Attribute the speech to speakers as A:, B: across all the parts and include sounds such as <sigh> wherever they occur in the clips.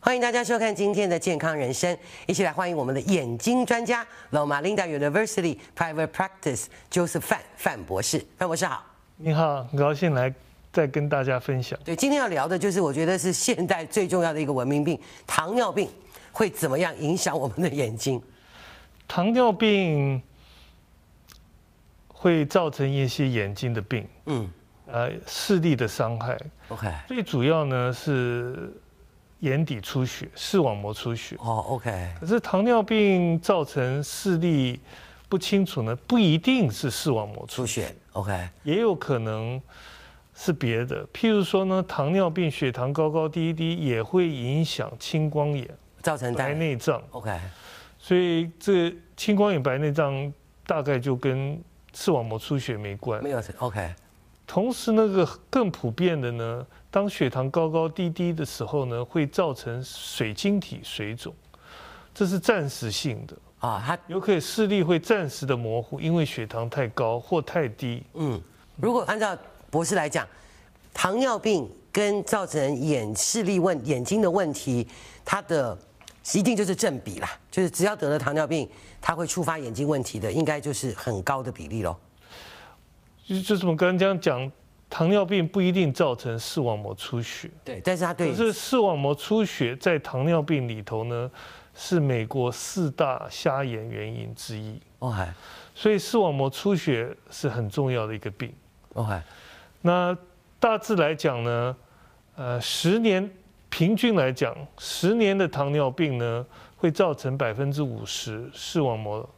A: 欢迎大家收看今天的健康人生，一起来欢迎我们的眼睛专家 Loma Linda University Private Practice Joseph 范范博士。范博士好。
B: 你好，很高兴来再跟大家分享。
A: 对，今天要聊的就是我觉得是现代最重要的一个文明病——糖尿病会怎么样影响我们的眼睛？
B: 糖尿病会造成一些眼睛的病，
A: 嗯
B: 呃，视力的伤害。
A: ，OK，
B: 最主要呢是眼底出血、视网膜出血。
A: 哦，OK，
B: 可是糖尿病造成视力不清楚呢，不一定是视网膜出
A: 出
B: 血，
A: 血，OK，
B: 也有可能是别的。譬如说呢，糖尿病血糖高高低低也会影响青光眼、
A: 造成
B: 白
A: 白
B: 内障。
A: ，OK，
B: 所以这青光眼白内障大概就跟视网膜出血没关
A: 没。有，OK，
B: 同时，那个更普遍的呢，当血糖高高低低的时候呢，会造成水晶体水肿，这是暂时性的，
A: 啊，它
B: 有可能视力会暂时的模糊，因为血糖太高或太低。
A: 嗯，如果按照博士来讲，糖尿病跟造成眼视力问眼睛的问题，它的一定就是正比啦，就是只要得了糖尿病，它会触发眼睛问题的，应该就是很高的比例喽。
B: 就就是我们刚刚讲，糖尿病不一定造成视网膜出血，
A: 对，但是它对
B: 可是视网膜出血在糖尿病里头呢，是美国四大瞎眼原因之一。
A: ，OK
B: 所以视网膜出血是很重要的一个病。
A: OK，
B: 那大致来讲呢，呃，十年平均来讲，十年的糖尿病呢，会造成百分之五十视网膜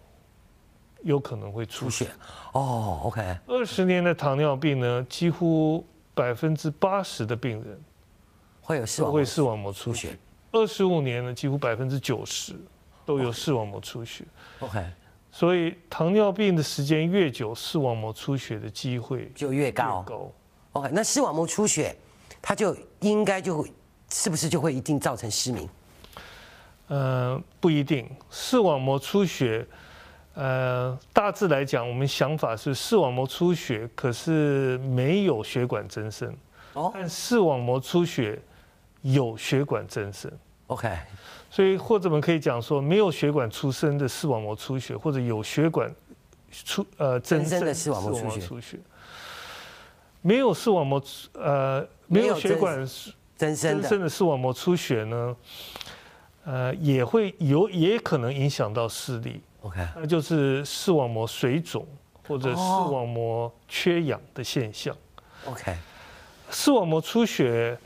B: 有可能会出
A: 出
B: 血。
A: 血哦，OK，
B: 二十年的糖尿病呢，几乎百分之八十的病人
A: 会有视
B: 都
A: 网
B: 会
A: 膜
B: 视网膜
A: 出
B: 出血。
A: 血
B: 二十五年呢，几乎百分之九十都有视网膜出血。
A: ，OK
B: 所以糖尿病的时间越久，视网膜出血的机会
A: 就越
B: 越
A: 高
B: 高。
A: ，OK，那视网膜出血，它就应该就会是不是就会一定造成失明？
B: 呃，不一定，视网膜出血，呃，大致来讲，我们想法是视网膜出血，可是没有血管增生，
A: 哦
B: 但视网膜出血有血管增生，
A: ，OK，
B: 所以或者我们可以讲说，没有血管出生的视网膜出血，或者有血管出呃增
A: 增生的视
B: 视
A: 网
B: 网
A: 膜出血
B: 膜出血，没有视网膜出呃没
A: 没有
B: 有
A: 增
B: 血管
A: 增生
B: 增
A: 的
B: 生的视网膜出血呢，呃，也会有也可能影响到视力，
A: ，OK，
B: 那就是视网膜水肿或者视
A: 哦
B: 网膜缺氧的现象。
A: OK，
B: 视网膜出血，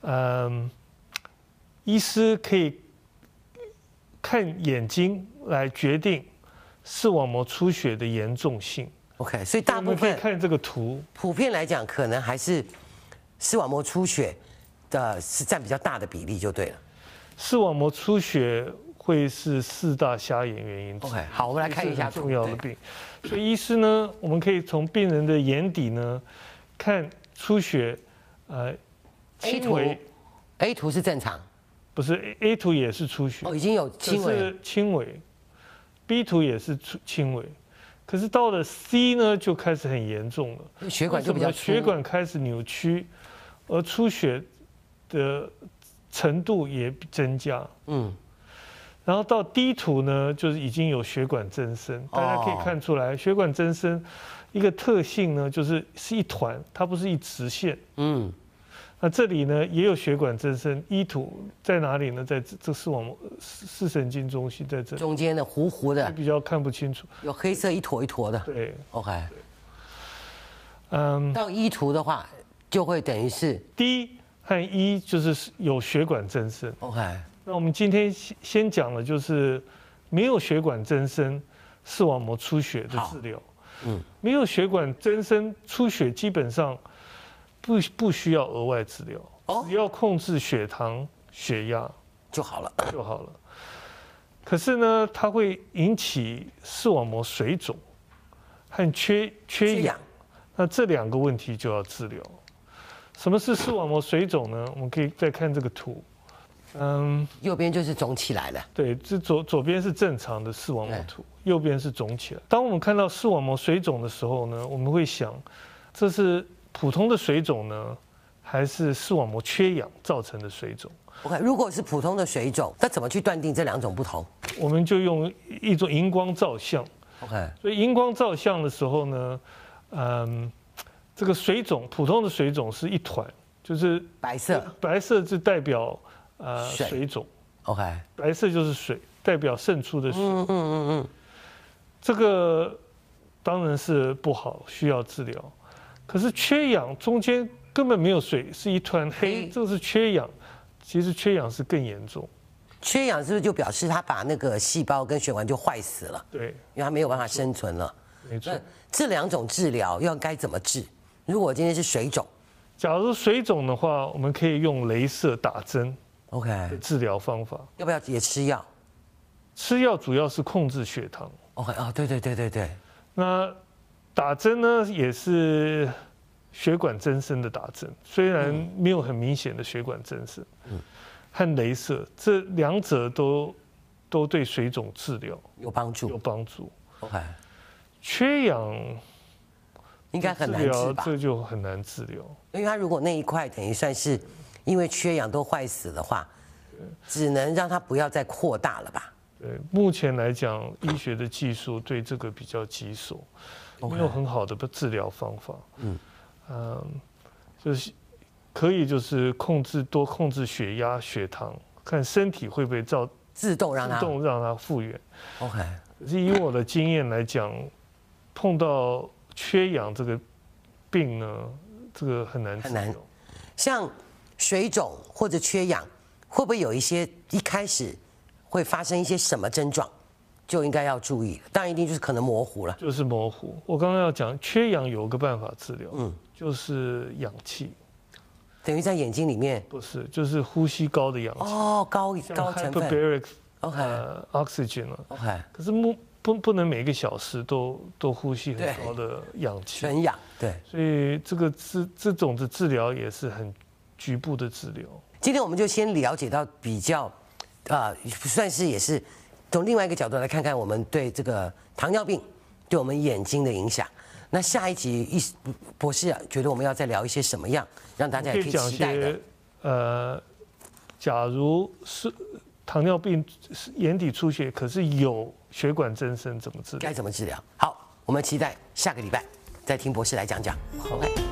B: 嗯、医师可以看眼睛来决定视网膜出血的严重性。
A: OK，所以大部
B: 我们可以
A: 分
B: 看这个图，
A: 普遍来讲，可能还是视网膜出血的是占比较大的比例就对了。
B: 视网膜出血会是四大瞎眼原因之一。
A: OK，好，我们来看一下
B: 也是
A: 图
B: 很重要
A: 对
B: 的病。所以医师呢，我们可以从病人的眼底呢，看出血，呃，
A: A
B: 轻微
A: 图 A 图是正常
B: 不是 A- A 图也是出血，
A: 哦，已经有轻
B: 可
A: 微
B: 是轻微，B 图也是出轻微，可是到了 C 呢，就开始很严重了。
A: 血
B: 为
A: 管
B: 什
A: 就比
B: 么
A: 较
B: 呢
A: 粗
B: 血管开始扭曲，而出血的程度也增加。
A: 嗯
B: 然后到 D 图呢，就是已经有血管增生，
A: 哦
B: 大家可以看出来，血管增生一个特性呢，就是是一团，它不是一直线。
A: 嗯
B: 那这里呢也有血管增生，E 图在哪里呢？在这这视网膜视视神经中心在这里，
A: 中间的糊糊的
B: 比较看不清楚。
A: 有黑色一坨一坨的
B: 对，
A: OK，
B: 嗯
A: 到 E 图的话就会等于是
B: ，D 和 E 就是有血管增生。
A: OK
B: 那我们今天先先讲的就是没有血管增生视网膜出血的治疗。
A: 嗯
B: 嗯，没有血管增生出血基本上不不需要额外治疗，
A: 哦
B: 只要控制血糖、血压
A: 就好了。
B: 就好了。可是呢，它会引起视网膜水肿和缺缺
A: 缺
B: 氧
A: 氧，
B: 那这两个问题就要治疗。什么是视网膜水肿呢？我们可以再看这个图，嗯。
A: 右边就是肿起来了。
B: 对，这左左边是正常的视网膜
A: 对
B: 图，右边是肿起来。当我们看到视网膜水肿的时候呢，我们会想，这是普通的水肿呢，还是视网膜缺氧造成的水肿？
A: OK，如果是普通的水肿，那怎么去断定这两种不同
B: 我们就用一种荧光照相。
A: ？OK，
B: 所以荧光照相的时候呢，嗯，这个水肿，普通的水肿是一团，就是
A: 白色
B: 白色就代表呃
A: 水
B: 水肿，
A: OK，
B: 白色就是水，代表渗出的水。嗯嗯嗯嗯，这个当然是不好，需要治疗。可是缺氧中间根本没有水，是一团黑，
A: 黑
B: 这是缺氧。其实缺氧是更严重，
A: 缺氧是不是就表示它把那个细胞跟血管就坏死了，
B: 对，
A: 因为它没有办法生存了？
B: 没错
A: 那。这两种治疗要该怎么治？如果今天是水肿
B: 假如水肿的话，我们可以用镭射打针
A: ，OK，
B: 的治疗方法。
A: 要不要也吃药
B: 吃药主要是控制血糖，
A: ？OK，哦，对对对对对，
B: 那打针呢也是血管增生的打针，虽然没有很明显的血管增生，和镭射这两者都都对水肿治疗
A: 有帮
B: 有
A: 助。
B: 帮助。
A: OK，
B: 缺氧
A: 应该很
B: 治
A: 难治
B: 疗
A: 吧？
B: 这就很难治疗，
A: 因为它如果那一块等于算是因为缺氧都坏死的话，只能让它不要再扩大了吧？
B: 对，目前来讲，医学的技术对这个比较棘手，没有很好的治疗方法。嗯，就是可以就是控制多控制血压、血糖，看身体会不会造
A: 自动让
B: 自
A: 它
B: 动让它复原。
A: OK
B: 可是以我的经验来讲，碰到缺氧这个病呢，这个很难治
A: 很难
B: 疗。
A: 像水肿或者缺氧，会不会有一些一开始会发生一些什么症状，就应该要注意？当然一定就是可能模糊了。
B: 就是模糊。我刚刚要讲缺氧有个办法治疗，嗯，就是氧气，
A: 等于在眼睛里面
B: 不是就是呼吸高的氧气。
A: 哦，高高成
B: 像 <laughs>
A: 分哎
B: hyperbaric
A: ，OK
B: 呃 oxygen 了，
A: OK，
B: 可是不不不能每个小时都都呼吸很高的氧气，
A: 全氧对。
B: 所以这个治这种的治疗也是很局部的治疗。
A: 今天我们就先了解到比较，呃，算是也是从另外一个角度来看看我们对这个糖尿病对我们眼睛的影响。那下一集医博士、啊、觉得我们要再聊一些什么样，让大家
B: 可
A: 也可以
B: 以讲
A: 期待的
B: 些呃，假如是糖尿病是眼底出血，可是有血管增生怎么治疗？
A: 该怎么治疗。好，我们期待下个礼拜再听博士来讲讲。
B: 好
A: 拜拜